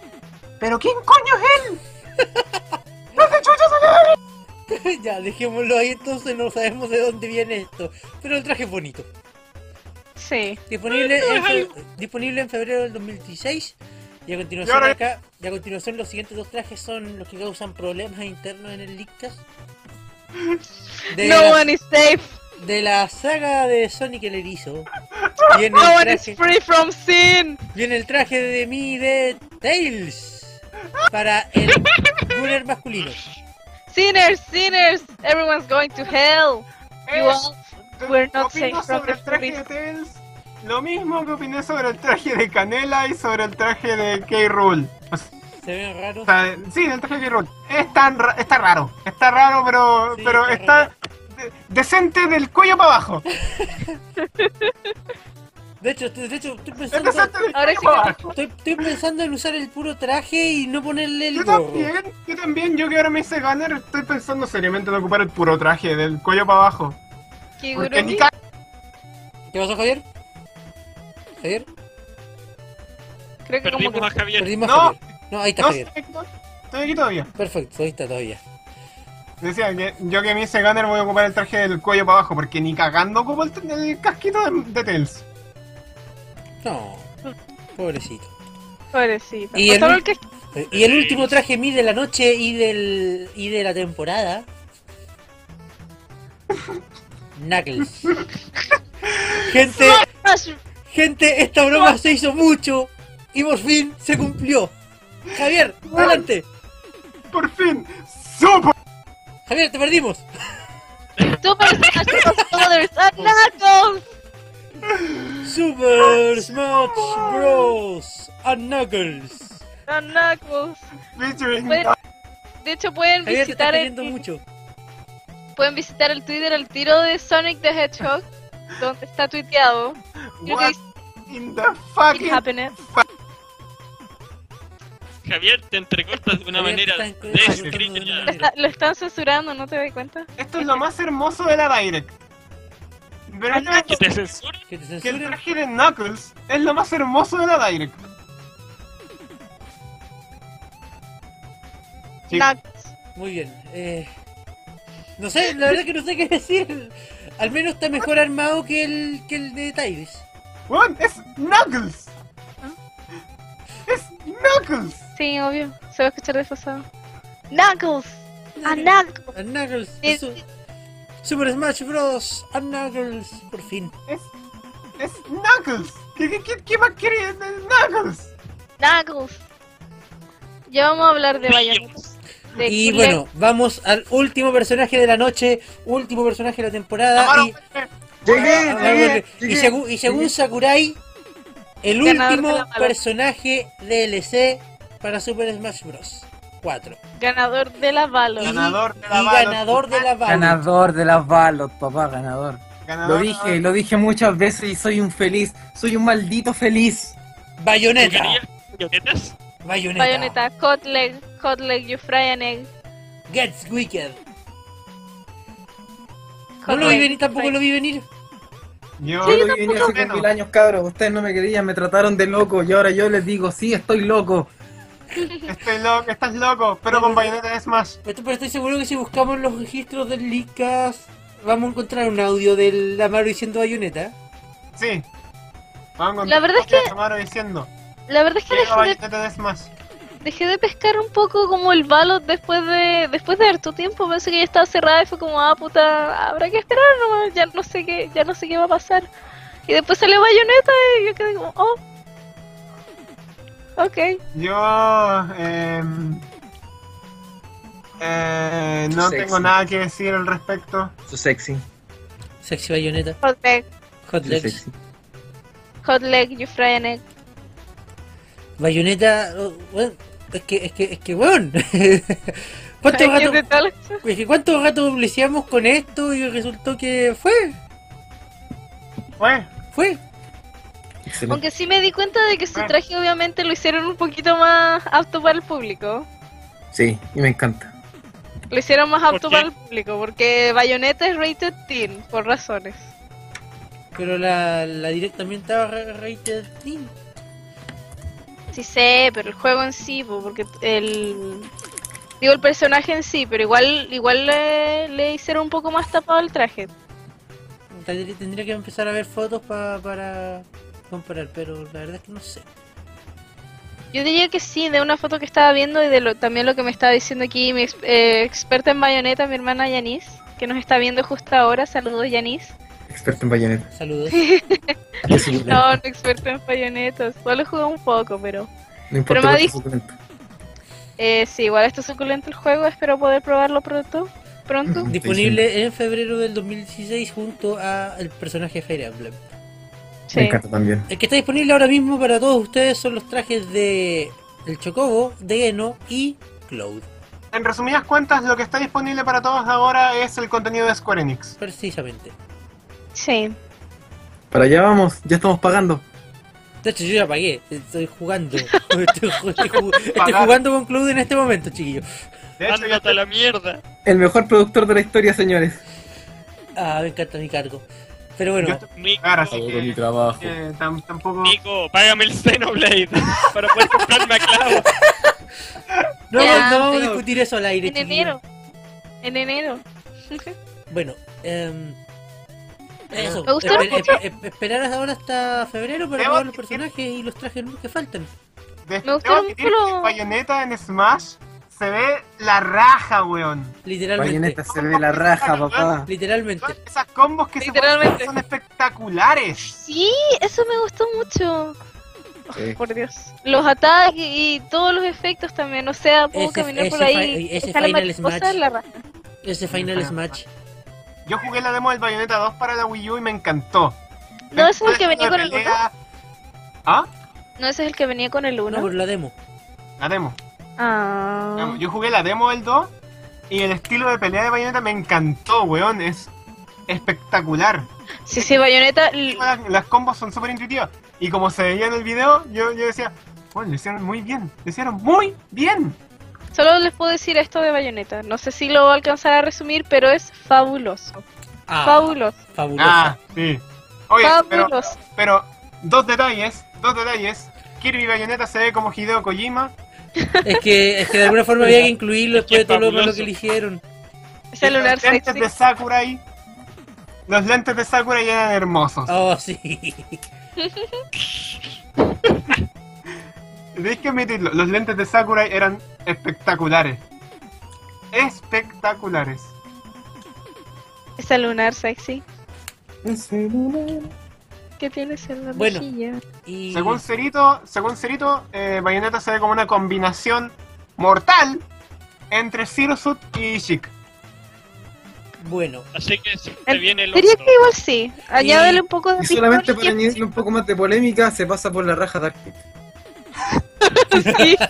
Speaker 4: Pero ¿quién coño es él? ¿Dónde chucha salió?
Speaker 3: Ya, dejémoslo ahí entonces, no sabemos de dónde viene esto. Pero el traje es bonito.
Speaker 7: Sí.
Speaker 3: Disponible, en, fe- disponible en febrero del 2016. Y a
Speaker 4: Y
Speaker 3: continuación
Speaker 4: ahora-
Speaker 3: acá, y a continuación los siguientes dos trajes son los que causan problemas internos en el Leadcast. De,
Speaker 7: No
Speaker 3: la,
Speaker 7: one is safe.
Speaker 3: de la saga de Sonic el Erizo. Viene
Speaker 7: No
Speaker 3: el
Speaker 7: one is
Speaker 3: traje,
Speaker 7: free from sin.
Speaker 3: viene el traje de mi de Tails. Para el Gunner masculino.
Speaker 7: Sinners, sinners. Everyone's going to hell. You all We're not
Speaker 4: Opino
Speaker 7: safe from
Speaker 4: sobre el
Speaker 7: the
Speaker 4: traje de
Speaker 7: police.
Speaker 4: Tails lo mismo que opiné sobre el traje de Canela y sobre el traje de K-Rule. O
Speaker 3: Se ven raros.
Speaker 4: sea, sí, el traje de K-Rule. Es tan ra- está raro. Está raro, pero,
Speaker 3: Sí,
Speaker 4: pero
Speaker 3: está
Speaker 4: está de- decente del cuello para abajo.
Speaker 3: De hecho, de hecho, estoy
Speaker 4: Es
Speaker 3: pensando.
Speaker 4: decente del
Speaker 7: Ahora
Speaker 4: cuello para
Speaker 7: sí que
Speaker 4: abajo.
Speaker 3: Estoy, estoy pensando en usar el puro traje y no ponerle el
Speaker 4: Yo
Speaker 3: gorro.
Speaker 4: también, yo también, yo que ahora me hice ganar, estoy pensando seriamente en ocupar el puro traje del cuello para abajo. Porque ni
Speaker 7: Kigurumi.
Speaker 4: ca-
Speaker 3: ¿Qué pasó, Javier? ¿Javier?
Speaker 7: Creo que como
Speaker 6: Perdimos a
Speaker 7: que...
Speaker 6: Javier.
Speaker 3: Perdimos
Speaker 4: No.
Speaker 3: a Javier. No, ahí está
Speaker 4: No,
Speaker 3: Javier.
Speaker 4: estoy aquí todavía. Estoy aquí todavía.
Speaker 3: Perfecto, ahí está todavía.
Speaker 4: Decía que yo que me hice gunner voy a ocupar el traje del cuello para abajo, porque ni cagando ocupo el, el casquito de, de Tails.
Speaker 3: No. Pobrecito.
Speaker 7: Pobrecito.
Speaker 3: Y
Speaker 7: O
Speaker 3: el-
Speaker 7: solo el que-
Speaker 3: Eh, Y el último traje mí de la noche y del y de la temporada. Knuckles. Gente,
Speaker 7: Ash,
Speaker 3: gente, esta broma se hizo mucho y por fin se cumplió. Javier, adelante.
Speaker 4: ¡Por fin! ¡Super!
Speaker 3: Javier, te perdimos.
Speaker 7: Super Smash Brothers and Knuckles.
Speaker 3: Super Smash Bros. and Knuckles.
Speaker 7: And Knuckles.
Speaker 4: Featuring
Speaker 7: Pueden- de hecho pueden
Speaker 3: Javier, te está
Speaker 7: visitar
Speaker 3: perdiendo
Speaker 7: el,
Speaker 3: mucho.
Speaker 7: pueden visitar el Twitter al tiro de Sonic the Hedgehog, donde está tuiteado. Creo que
Speaker 4: What
Speaker 7: dice,
Speaker 4: in the
Speaker 7: "It
Speaker 4: fucking
Speaker 7: happened".
Speaker 6: Javier te entrecortas de una
Speaker 3: Javier,
Speaker 6: manera
Speaker 3: te están cortando de una
Speaker 6: descrita.
Speaker 3: manera.
Speaker 7: Está- lo están censurando, ¿no te das cuenta?
Speaker 4: Esto es lo más hermoso de la Direct. Pero esto es
Speaker 6: ¿Que te censuran?
Speaker 3: Que te
Speaker 4: que el
Speaker 3: censuren.
Speaker 4: traje de Knuckles es lo más hermoso de la Direct. Sí.
Speaker 7: Knuckles.
Speaker 3: Muy bien. eh, no sé, la verdad que no sé qué decir. Al menos está mejor armado que el, que el de Tyrus.
Speaker 4: Weón, es Knuckles. Es Knuckles.
Speaker 7: Sí, obvio. Se va a escuchar desfasado. Knuckles. A Knuckles.
Speaker 3: A Knuckles.
Speaker 7: Es-
Speaker 3: su- Super Smash Bros. A Knuckles. Por fin.
Speaker 4: Es, es Knuckles. ¿Qué, qué, qué, qué más quiere de Knuckles?
Speaker 7: Knuckles. Ya vamos a hablar de Bayonetta. De
Speaker 3: Y
Speaker 7: Kule-
Speaker 3: bueno, vamos al último personaje de la noche. Último personaje de la temporada.
Speaker 4: Amaro,
Speaker 3: Y,
Speaker 4: eh,
Speaker 5: Llegué,
Speaker 3: Ah,
Speaker 5: llegué,
Speaker 3: y
Speaker 5: llegué.
Speaker 3: según, y según Sakurai, el
Speaker 7: Ganador de
Speaker 3: último
Speaker 7: la palabra.
Speaker 3: personaje DLC para Super Smash Bros. 4.
Speaker 7: ganador de la Valor.
Speaker 3: Y-
Speaker 4: Ganador de la
Speaker 3: Y
Speaker 4: Valor.
Speaker 3: ganador de la Valor.
Speaker 5: Ganador de las balas, papá, ganador. Lo
Speaker 4: Ganador.
Speaker 5: dije, lo dije muchas veces y soy un feliz, soy un maldito feliz.
Speaker 3: Bayonetta.
Speaker 6: ¿Jugarías marionetas?
Speaker 3: Bayonetta.
Speaker 7: Bayonetta, Hotleg, Hotleg, you fry an egg.
Speaker 3: Gets Wicked.
Speaker 7: Hot
Speaker 3: No lo vi
Speaker 7: Leg,
Speaker 3: venir, tampoco
Speaker 7: fry-
Speaker 3: lo vi venir.
Speaker 4: Yo,
Speaker 5: Yo lo vine hace
Speaker 4: menos.
Speaker 5: mil años, cabros. Ustedes no me querían, me trataron de loco y ahora yo les digo, sí, estoy loco.
Speaker 4: Estoy loco, estás loco, pero con bayoneta es más.
Speaker 3: Esto- Pero estoy seguro que si buscamos los registros del Licas, vamos a encontrar un audio del Amaro diciendo bayoneta.
Speaker 4: Sí. Vamos con
Speaker 7: La verdad es que-
Speaker 4: Amaro diciendo.
Speaker 7: La verdad es que
Speaker 4: Llega
Speaker 7: dejé
Speaker 4: bayoneta de Smash.
Speaker 7: de, dejé de pescar un poco como el balot después de después de harto tiempo. Pensé que ya estaba cerrada y fue como, ah, puta, habrá que esperar nomás. Ya no sé qué, ya no sé qué va a pasar. Y después salió Bayonetta y yo quedé como, oh. Ok.
Speaker 4: Yo. em, eh, no
Speaker 5: Sexy.
Speaker 4: tengo nada que decir al respecto.
Speaker 5: Soy sexy.
Speaker 3: Sexy bayoneta.
Speaker 7: Hotleg,
Speaker 3: Hot legs.
Speaker 7: Hotleg, you fry an egg.
Speaker 3: Bayoneta. oh, bueno, es que, es que, es que, weón. ¿Cuántos
Speaker 7: Ay, qué
Speaker 3: gatos,
Speaker 7: brutal.
Speaker 3: es que ¿Cuántos gatos blesseamos con esto y resultó que fue?
Speaker 4: Bueno,
Speaker 3: Fue.
Speaker 7: Aunque sí me di cuenta de que su
Speaker 4: Bueno.
Speaker 7: traje obviamente lo hicieron un poquito más apto para el público.
Speaker 5: Sí, y me encanta.
Speaker 7: Lo hicieron más
Speaker 6: ¿Por
Speaker 7: apto
Speaker 6: qué?
Speaker 7: para el público, porque Bayonetta es rated teen, por razones.
Speaker 3: Pero la, la direct también estaba ra- rated teen.
Speaker 7: Sí sé, pero el juego en sí, po, porque el... Digo, el personaje en sí, pero igual igual le, le hicieron un poco más tapado el traje.
Speaker 3: Tendría tendría que empezar a ver fotos pa- para comparar, pero la verdad es que no sé.
Speaker 7: Yo diría que sí, de una foto que estaba viendo y de lo, también lo que me estaba diciendo aquí mi ex- eh, experta en Bayonetta, mi hermana Yanis, que nos está viendo justo ahora. Saludos, Yanis.
Speaker 5: Experto en bayoneta.
Speaker 3: Saludos.
Speaker 5: Yo soy suculento.
Speaker 7: No, no experta en Bayonetta, solo jugué un poco, pero...
Speaker 5: No importa
Speaker 7: pero me
Speaker 5: cuánto
Speaker 7: dijo-
Speaker 5: suculento.
Speaker 7: Eh, sí, igual está suculento el juego, espero poder probarlo pronto. pronto.
Speaker 5: Ujú.
Speaker 3: Disponible en febrero del 2016 junto a el personaje Fire Emblem.
Speaker 7: Sí.
Speaker 5: Me encanta también.
Speaker 3: El que está disponible ahora mismo para todos ustedes son los trajes de El Chocobo, de Eno y Cloud.
Speaker 4: en resumidas cuentas, lo que está disponible para todos ahora es el contenido de Square Enix.
Speaker 3: Precisamente.
Speaker 7: Sí.
Speaker 5: Para allá vamos, ya estamos pagando.
Speaker 3: De hecho, yo ya pagué. Estoy jugando. Estoy, ju- estoy ju- estoy
Speaker 4: Pagar.
Speaker 3: jugando con Cloud en este momento, chiquillo.
Speaker 4: De hecho, ya
Speaker 6: Ándate a la mierda.
Speaker 5: El mejor productor de la historia, señores.
Speaker 3: Ah, me encanta mi cargo. Pero bueno,
Speaker 4: Yo estoy-
Speaker 6: Nico,
Speaker 4: Ahora sí.
Speaker 8: Adoro mi trabajo.
Speaker 4: Eh, tam- tampoco.
Speaker 6: Nico, págame el Xenoblade para poder comprarme a Cloud.
Speaker 3: no,
Speaker 7: Ya,
Speaker 3: no vamos a
Speaker 7: pero-
Speaker 3: discutir eso al aire.
Speaker 7: En
Speaker 3: chiquillos.
Speaker 7: enero. En enero.
Speaker 3: Bueno, em, eso.
Speaker 7: Eh, Me gustó
Speaker 3: esper- esper- esperar hasta ahora hasta febrero para
Speaker 4: Debo
Speaker 3: probar los
Speaker 4: admitir-
Speaker 3: personajes y los trajes nuevos que faltan.
Speaker 4: de-
Speaker 7: Me
Speaker 4: tengo
Speaker 7: gustaron
Speaker 4: que
Speaker 7: mucho
Speaker 4: decir que
Speaker 7: los-
Speaker 4: Bayonetta en Smash se ve la raja, weón.
Speaker 3: Literalmente.
Speaker 5: Bayonetta se ve la raja, papá.
Speaker 3: Literalmente.
Speaker 4: Todas Esas combos que se
Speaker 7: Literalmente.
Speaker 4: ponen son espectaculares.
Speaker 7: Sí, eso me gustó mucho.
Speaker 8: Sí.
Speaker 7: Por Dios. Los ataques y todos los efectos también. O sea, puedo
Speaker 3: Ese-
Speaker 7: caminar por
Speaker 3: ese
Speaker 7: ahí.
Speaker 3: fi- ese
Speaker 7: dejar la
Speaker 3: Final
Speaker 7: mariposa
Speaker 3: Smash.
Speaker 7: en la raja.
Speaker 3: Ese Final Smash.
Speaker 4: Yo jugué la demo del Bayonetta 2 para la Wii U y me encantó.
Speaker 7: Ah, No, ese es el que venía
Speaker 4: De
Speaker 7: con el uno.
Speaker 4: pelea- ¿Ah?
Speaker 7: No, ese es el que venía con el
Speaker 3: No,
Speaker 7: 1.
Speaker 3: por la demo.
Speaker 4: La demo.
Speaker 7: Ah.
Speaker 4: Yo jugué la demo del 2 y el estilo de pelea de Bayonetta me encantó, weón. Es espectacular.
Speaker 7: Sí, sí, Bayonetta. l-
Speaker 4: Las, las combos son súper intuitivas. Y como se veía en el video, yo, yo decía, bueno, lo hicieron muy bien. Lo hicieron muy bien.
Speaker 7: Solo les puedo decir esto de Bayonetta. No sé si lo voy a alcanzar a resumir, pero es fabuloso.
Speaker 3: Ah,
Speaker 7: fabuloso.
Speaker 3: fabuloso.
Speaker 4: Ah, sí. Oye,
Speaker 7: Ah,
Speaker 4: pero,
Speaker 7: Fabuloso.
Speaker 4: pero dos detalles, dos detalles. Kirby Bayonetta se ve como Hideo Kojima.
Speaker 3: Es, que, es que de alguna forma había que incluirlo después de todo lo malo
Speaker 6: fabuloso.
Speaker 3: que eligieron.
Speaker 7: Ese lunar
Speaker 4: los lentes
Speaker 7: sexy.
Speaker 4: de Sakurai. Los lentes de Sakurai eran hermosos.
Speaker 3: Oh, sí.
Speaker 4: Tenéis que admitirlo, los lentes de Sakurai eran espectaculares. Espectaculares.
Speaker 7: Ese lunar sexy.
Speaker 5: Ese lunar.
Speaker 7: ¿Qué tiene ese lunar?
Speaker 3: Bueno.
Speaker 7: mejilla?
Speaker 3: Y
Speaker 4: Según Cerito, según Cerito, eh, Bayonetta se ve como una combinación mortal entre Zero Suit y Chic.
Speaker 3: bueno,
Speaker 6: Así que si te viene el
Speaker 7: Diría
Speaker 6: otro.
Speaker 7: que igual Pues sí. Añádale un poco de
Speaker 5: Y solamente
Speaker 7: picor
Speaker 5: para añadirle un poco más de polémica, se pasa por la raja Dark Knight.
Speaker 7: Sí.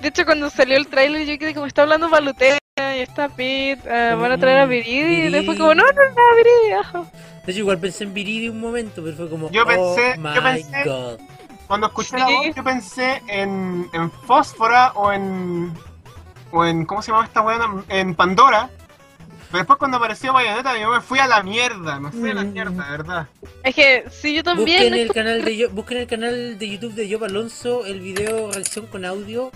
Speaker 7: De hecho, cuando salió el tráiler, yo quedé como está hablando Balutea y está Pete, ah, van a traer a Viridi y después como no, no, no, Viridi. ajá.
Speaker 3: de hecho igual pensé en Viridi un momento, pero fue como
Speaker 4: Yo
Speaker 3: oh
Speaker 4: pensé- yo
Speaker 3: my
Speaker 4: pensé-
Speaker 3: god.
Speaker 4: Cuando escuché la
Speaker 7: Sí.
Speaker 4: voz, yo pensé en, en Fósfora o en. o en. ¿Cómo se llamaba esta weona? En Pandora. Pero después cuando apareció Bayonetta, yo me fui a la mierda, me fui a la
Speaker 3: Mm.
Speaker 4: mierda, de verdad.
Speaker 7: Es que sí, yo también.
Speaker 3: Busquen el canal de yo, busquen el canal de YouTube de Job Alonso, el video reacción con audio.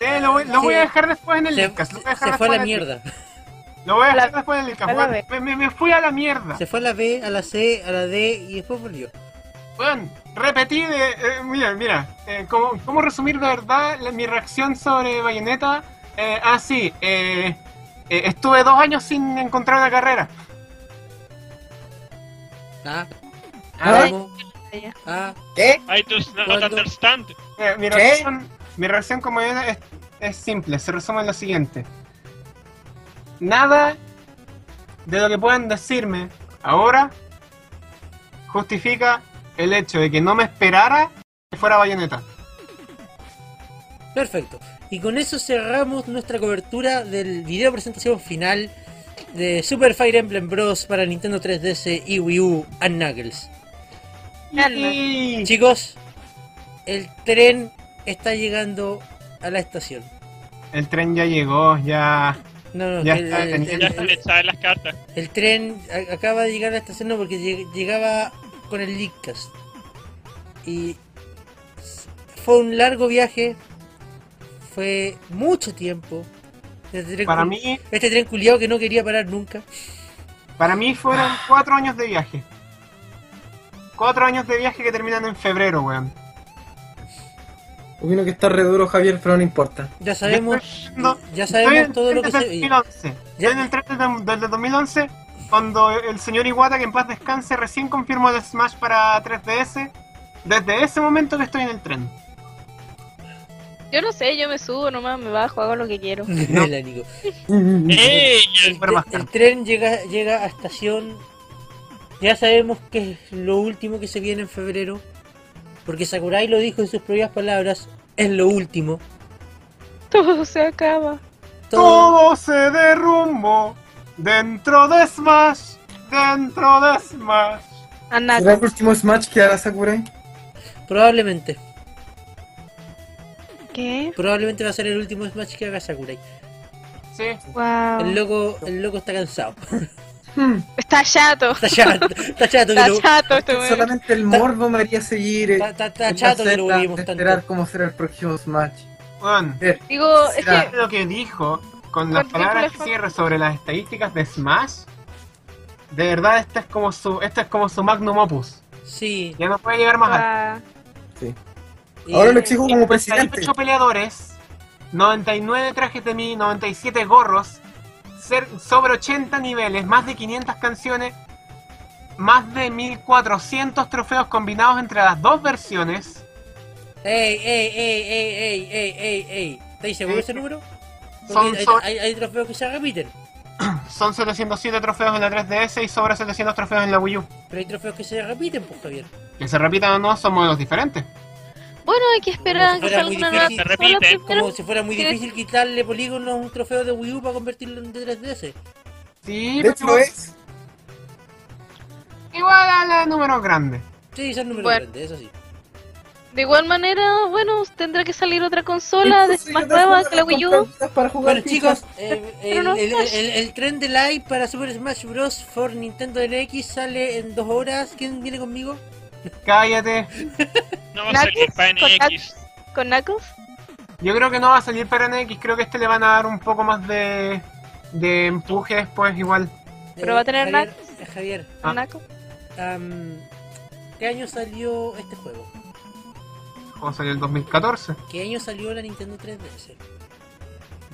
Speaker 4: Eh, lo voy, lo voy a
Speaker 3: Sí.
Speaker 4: dejar después en el
Speaker 3: Se,
Speaker 4: Lucas. Lo voy a
Speaker 3: se-
Speaker 4: dejar
Speaker 3: se fue
Speaker 4: después
Speaker 3: a la
Speaker 4: en el-
Speaker 3: mierda.
Speaker 4: Lo voy a dejar
Speaker 7: La-
Speaker 4: después en el
Speaker 7: a la
Speaker 4: Lucas. Me, me, me fui a la mierda.
Speaker 3: Se fue a la B, a la C, a la D y después volvió.
Speaker 4: Weón, repetí de. eh, mira, mira. eh, ¿cómo, cómo resumir de verdad la- mi reacción sobre Bayonetta? Eh, ah, sí. eh, eh, estuve dos años sin encontrar una carrera.
Speaker 3: Ah,
Speaker 7: Ay.
Speaker 3: ¿cómo?
Speaker 7: Ya.
Speaker 3: Ah,
Speaker 6: I just not
Speaker 3: ¿Cuándo?
Speaker 6: understand.
Speaker 4: Eh, mi,
Speaker 5: ¿Qué?
Speaker 4: reacción, mi reacción con Bayonetta es, es simple. Se resume en lo siguiente: Nada de lo que puedan decirme ahora justifica el hecho de que no me esperara que fuera Bayonetta.
Speaker 3: perfecto. Y con eso cerramos nuestra cobertura del video presentación final de Super Fire Emblem Bros para Nintendo 3DS y Wii U and Knuckles.
Speaker 7: Anda.
Speaker 4: Y-
Speaker 3: Chicos, el tren está llegando a la estación.
Speaker 4: El tren ya llegó, ya.
Speaker 3: No, no,
Speaker 4: Ya
Speaker 3: el,
Speaker 4: está,
Speaker 3: el-
Speaker 4: teniente.
Speaker 3: el-
Speaker 6: Ya están
Speaker 3: el-
Speaker 6: echadas las cartas.
Speaker 3: el tren a- acaba de llegar a la estación, no, porque lleg- llegaba con el Leakcast. Y s- fue un largo viaje, fue mucho tiempo. Este tren
Speaker 4: Para
Speaker 3: cul-
Speaker 4: mí,
Speaker 3: Este tren culiado que no quería parar nunca.
Speaker 4: Para mí fueron cuatro años de viaje. Cuatro años de viaje que terminan en febrero, weón.
Speaker 5: Opino que está re duro Javier, pero no importa.
Speaker 3: Ya sabemos,
Speaker 4: No,
Speaker 3: ya
Speaker 4: estoy en
Speaker 3: sabemos
Speaker 4: el
Speaker 3: todo lo que
Speaker 4: tren
Speaker 3: se
Speaker 4: desde el
Speaker 3: veía.
Speaker 4: 2011. Estoy en el tren desde- desde el 2011, cuando el señor Iwata, que en paz descanse, recién confirmó el Smash para 3DS. Desde ese momento que estoy en el tren.
Speaker 7: Yo no sé, yo me subo nomás, me bajo, hago lo que quiero.
Speaker 3: La digo.
Speaker 6: ¡Ey!
Speaker 3: El,
Speaker 4: Pero
Speaker 3: tre-
Speaker 4: bastante.
Speaker 3: el tren llega, llega a estación. Ya sabemos que es lo último que se viene en febrero. Porque Sakurai lo dijo en sus propias palabras. Es lo último.
Speaker 7: Todo se acaba.
Speaker 3: Todo-
Speaker 4: Todo se derrumbó dentro de Smash, dentro de Smash.
Speaker 7: A
Speaker 3: Ah,
Speaker 5: ¿Será el
Speaker 7: Knuckles.
Speaker 5: último Smash que hará Sakurai?
Speaker 3: Probablemente.
Speaker 7: ¿Qué?
Speaker 3: Probablemente va a ser el último Smash que haga Sakurai.
Speaker 4: Sí.
Speaker 7: Wow.
Speaker 3: El loco, el loco está cansado.
Speaker 5: Hmm,
Speaker 7: Está chato.
Speaker 3: Está chato, está chato que
Speaker 7: Está
Speaker 3: lo,
Speaker 7: chato este weón.
Speaker 5: solamente el morbo me haría seguir. eh,
Speaker 3: está, está- está
Speaker 5: en
Speaker 3: chato que lo
Speaker 5: faceta
Speaker 3: vivimos
Speaker 5: de
Speaker 3: tanto.
Speaker 5: esperar cómo será el próximo Smash.
Speaker 4: Weón,
Speaker 5: Eh,
Speaker 7: Digo, es que
Speaker 4: lo que dijo con las
Speaker 7: Por
Speaker 4: palabras que
Speaker 7: ejemplo,
Speaker 4: cierra sobre las estadísticas de Smash. De verdad, este es como su, este es como su magnum opus.
Speaker 3: Sí.
Speaker 4: Ya no puede llegar más alto.
Speaker 7: ah,
Speaker 3: y-
Speaker 5: Ahora lo exijo como presidente.
Speaker 4: 38 peleadores, 99 trajes de mí, 97 gorros, ser, sobre 80 niveles, más de 500 canciones, más de 1400 trofeos combinados entre las dos versiones.
Speaker 3: Ey, ey, ey, ey, ey, ey, ey, ey. ¿Estáis seguros de ese número? Porque
Speaker 4: Son-
Speaker 3: hay,
Speaker 4: son-
Speaker 3: hay- hay trofeos que se repiten,
Speaker 4: Son 707 trofeos en la 3DS y sobre 700 trofeos en la Wii U.
Speaker 3: pero hay trofeos que se repiten, pues Javier.
Speaker 4: Que se repitan o no, son modelos diferentes.
Speaker 7: bueno, hay que esperar a que
Speaker 3: Era
Speaker 7: salga
Speaker 3: muy
Speaker 7: una nueva
Speaker 3: difícil,
Speaker 6: se repite,
Speaker 7: consola primero.
Speaker 3: Como si fuera muy
Speaker 7: Sí.
Speaker 3: difícil quitarle polígonos a un trofeo de Wii U para convertirlo en de 3DS.
Speaker 4: Sí,
Speaker 5: De hecho
Speaker 4: pero
Speaker 5: es.
Speaker 4: igual a la número grande.
Speaker 3: Sí, son números
Speaker 7: Bueno.
Speaker 3: grandes, eso sí.
Speaker 7: De igual manera, bueno, tendrá que salir otra consola de
Speaker 5: Entonces,
Speaker 7: más
Speaker 5: yo tampoco
Speaker 7: nueva
Speaker 5: me
Speaker 7: que la Wii U.
Speaker 5: compro cosas Para jugar
Speaker 3: Bueno,
Speaker 5: chicos.
Speaker 3: chicos, eh,
Speaker 7: Pero
Speaker 3: el,
Speaker 7: no
Speaker 3: el,
Speaker 7: Smash.
Speaker 3: el- el tren de live para Super Smash Bros. for Nintendo NX sale en dos horas. ¿Quién viene conmigo?
Speaker 4: Cállate.
Speaker 6: No va a salir para NX.
Speaker 7: ¿Con Knuckles?
Speaker 4: Yo creo que no va a salir para NX, creo que este le van a dar un poco más de, de empuje después igual.
Speaker 7: Pero va a tener
Speaker 3: Javier, eh, Javier,
Speaker 4: Ah.
Speaker 7: ¿Con Knuckles?
Speaker 3: am, ¿qué año salió este juego?
Speaker 4: O salió el 2014.
Speaker 3: ¿Qué año salió la Nintendo 3DS?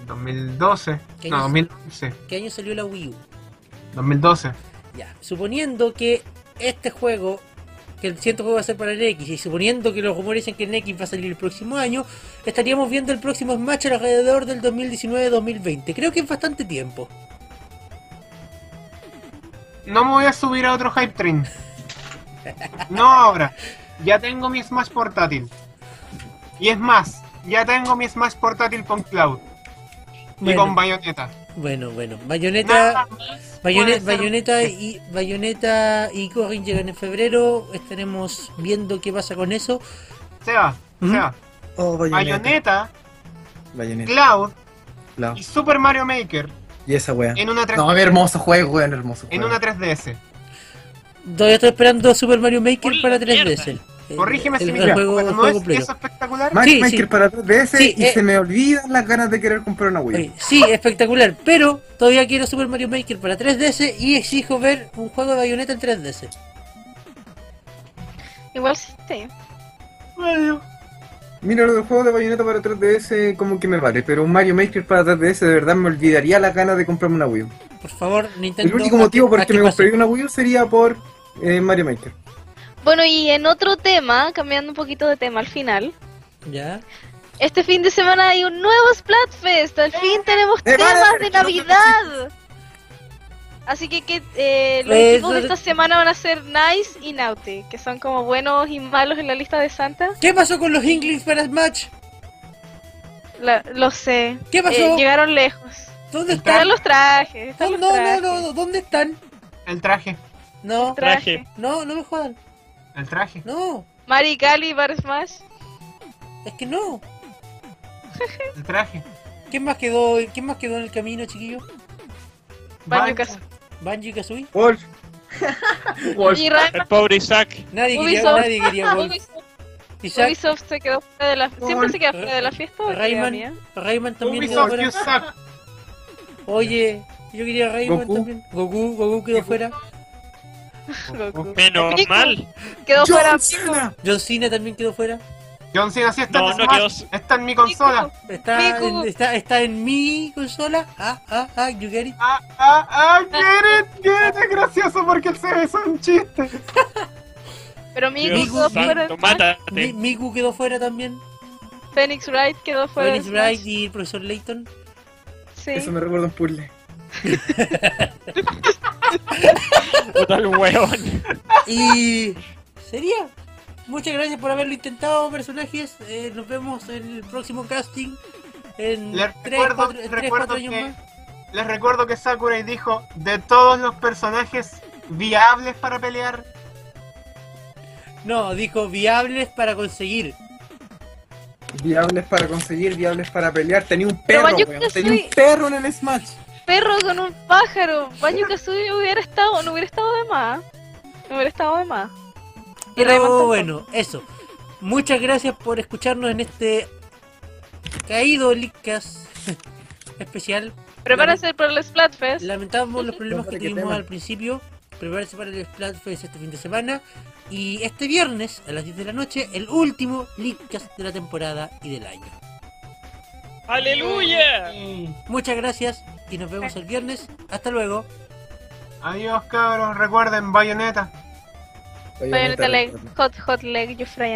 Speaker 4: 2012.
Speaker 3: ¿Qué
Speaker 4: No,
Speaker 3: año
Speaker 4: 2011.
Speaker 3: ¿Qué año salió la Wii U?
Speaker 4: 2012.
Speaker 3: Ya, suponiendo que este juego, que el siguiente juego va a ser para el X, y suponiendo que los rumores dicen que el X va a salir el próximo año, estaríamos viendo el próximo Smash alrededor del 2019-2020. Creo que es bastante tiempo.
Speaker 4: No me voy a subir a otro hype train. No ahora. Ya tengo mi Smash portátil. Y es más, ya tengo mi Smash portátil con Cloud. Y con Bayonetta.
Speaker 3: bueno, bueno. Bayonetta,
Speaker 4: Nada más puede
Speaker 3: Bayone-
Speaker 4: ser-
Speaker 3: Bayonetta y Bayonetta y Corrin llegan en febrero. Estaremos viendo qué pasa con eso.
Speaker 4: Seba, Seba.
Speaker 5: Oh,
Speaker 4: Bayonetta,
Speaker 5: Bayonetta.
Speaker 4: Cloud
Speaker 5: Claro.
Speaker 4: y Super Mario Maker
Speaker 5: Y esa wea.
Speaker 4: en una, tres-
Speaker 5: No, qué hermoso juego, weón, hermoso
Speaker 4: en
Speaker 5: juego.
Speaker 4: una 3DS.
Speaker 3: Todavía estoy esperando Super Mario Maker
Speaker 6: Por la
Speaker 3: para 3DS.
Speaker 6: mierda.
Speaker 3: El-
Speaker 4: Corrígeme
Speaker 3: el-
Speaker 4: si me
Speaker 3: el
Speaker 4: equivoco,
Speaker 3: juego- el
Speaker 4: pero ¿no
Speaker 3: juego
Speaker 4: es
Speaker 3: completo.
Speaker 4: eso espectacular?
Speaker 5: Match
Speaker 3: Sí,
Speaker 5: Maker
Speaker 3: sí.
Speaker 5: para 3DS
Speaker 3: Sí,
Speaker 5: y
Speaker 3: eh.
Speaker 5: se me olvidan las ganas de querer comprar una Wii.
Speaker 3: Oye, Eh, Sí, espectacular, pero todavía quiero Super Mario Maker para 3DS y exijo ver un juego de bayoneta en 3DS.
Speaker 7: Igual sí.
Speaker 5: Mira, lo del juego de Bayonetta para 3DS como que me vale, pero un Mario Maker para 3DS de verdad me olvidaría las ganas de comprarme una Wii. U.
Speaker 3: Por favor, Nintendo.
Speaker 5: El único
Speaker 3: haz que-
Speaker 5: motivo por
Speaker 3: haz
Speaker 5: el que
Speaker 3: que
Speaker 5: me
Speaker 3: pase.
Speaker 5: compraría una Wii U sería por eh, Mario Maker.
Speaker 7: Bueno, y en otro tema, cambiando un poquito de tema al final.
Speaker 3: Ya.
Speaker 7: Este fin de semana hay un nuevo Splatfest. Al fin tenemos
Speaker 5: ¡Eh,
Speaker 7: temas
Speaker 5: madre!
Speaker 7: de Navidad. Así que, que eh, los
Speaker 3: Eh,
Speaker 7: equipos de
Speaker 3: eso-
Speaker 7: esta semana van a ser Nice y Naughty, que son como buenos y malos en la lista de Santa.
Speaker 3: ¿Qué pasó con los Inklings para Smash?
Speaker 7: La- lo sé.
Speaker 3: ¿Qué pasó?
Speaker 7: Eh, llegaron lejos.
Speaker 3: ¿Dónde están?
Speaker 7: Están los trajes. Están
Speaker 3: No,
Speaker 7: los
Speaker 3: no, no,
Speaker 7: trajes.
Speaker 3: no, ¿dónde están?
Speaker 4: El traje.
Speaker 3: No,
Speaker 7: Traje.
Speaker 3: no, no me jodan.
Speaker 4: El traje.
Speaker 3: No,
Speaker 7: Mari Gali, Bar Smash.
Speaker 3: es que no.
Speaker 4: El traje.
Speaker 3: ¿Quién más quedó, quién más quedó en el camino, chiquillo?
Speaker 7: Banjo
Speaker 4: Vale.
Speaker 7: Kazooie.
Speaker 3: Banjo y Kazooie.
Speaker 5: Wolf,
Speaker 7: Y Rayman.
Speaker 6: El pobre Isaac.
Speaker 3: Nadie quería,
Speaker 7: Ubisoft.
Speaker 3: nadie quería Wolf.
Speaker 7: Ubisoft,
Speaker 3: Isaac,
Speaker 7: Ubisoft se quedó fuera de la Siempre se queda fuera de la fiesta. ¿o qué,
Speaker 3: Oh, Rayman,
Speaker 7: amiga?
Speaker 3: Rayman también quedó
Speaker 4: Ubisoft,
Speaker 3: fuera.
Speaker 4: you suck.
Speaker 3: Oye, yo quería Rayman
Speaker 5: Goku.
Speaker 3: también. Goku, Goku quedó fuera.
Speaker 7: Goku.
Speaker 6: Menos
Speaker 7: Pico.
Speaker 6: mal.
Speaker 7: Quedó fuera
Speaker 5: John
Speaker 7: Pico.
Speaker 5: Cena.
Speaker 3: John Cena también quedó fuera.
Speaker 4: John Cena sí está
Speaker 6: No,
Speaker 4: en
Speaker 6: no
Speaker 4: Smash.
Speaker 6: quedó-
Speaker 4: Está en mi consola.
Speaker 3: Está
Speaker 7: Miku.
Speaker 3: en, está, está en mi consola. Ah, ah, ah, you get it.
Speaker 4: Ah, ah, ah, get it, get it. Gracioso porque el CB es un chiste.
Speaker 7: Pero Miku
Speaker 6: Dios
Speaker 7: quedó fuera
Speaker 6: santo,
Speaker 7: de Smash.
Speaker 3: Mi-
Speaker 6: mátate.
Speaker 3: Miku quedó fuera también.
Speaker 7: Phoenix Wright quedó fuera
Speaker 3: Phoenix
Speaker 7: de Smash.
Speaker 3: Wright y el profesor Layton.
Speaker 7: Sí.
Speaker 5: Eso me recuerda a un puzzle.
Speaker 6: Puta el hueón.
Speaker 3: Y sería. Muchas gracias por haberlo intentado, personajes. Eh, nos vemos en el próximo casting. En
Speaker 4: Les
Speaker 3: 3,
Speaker 4: recuerdo-
Speaker 3: 4,
Speaker 4: les recuerdo
Speaker 3: años
Speaker 4: que-
Speaker 3: más.
Speaker 4: Les recuerdo que Sakurai dijo de todos los personajes viables para pelear.
Speaker 3: No, dijo viables para conseguir.
Speaker 5: Viables para conseguir, viables para pelear. Tenía un perro,
Speaker 7: Banjo
Speaker 5: weón.
Speaker 7: Kazooie-
Speaker 5: Tenía un perro en el Smash.
Speaker 7: Perro con un pájaro. Banjo Kazooie hubiera estado, no hubiera estado de más. No hubiera estado de más. Y
Speaker 1: Pero
Speaker 7: además tampoco-
Speaker 1: Oh, bueno, eso. Muchas gracias por escucharnos en este caído Lickas especial.
Speaker 7: Prepárense para el Splatfest.
Speaker 1: Lamentamos los problemas que
Speaker 5: Hombre, qué
Speaker 1: tuvimos
Speaker 5: tema.
Speaker 1: al principio. Prepararse para el Splatfest este fin de semana. Y este viernes a las 10 de la noche, el último Lickas de la temporada y del año.
Speaker 6: ¡Aleluya!
Speaker 1: Muchas gracias y nos vemos el viernes. Hasta luego.
Speaker 4: Adiós cabros, recuerden, bayoneta.
Speaker 7: Bayonetta leg, hot, hot leg, you fry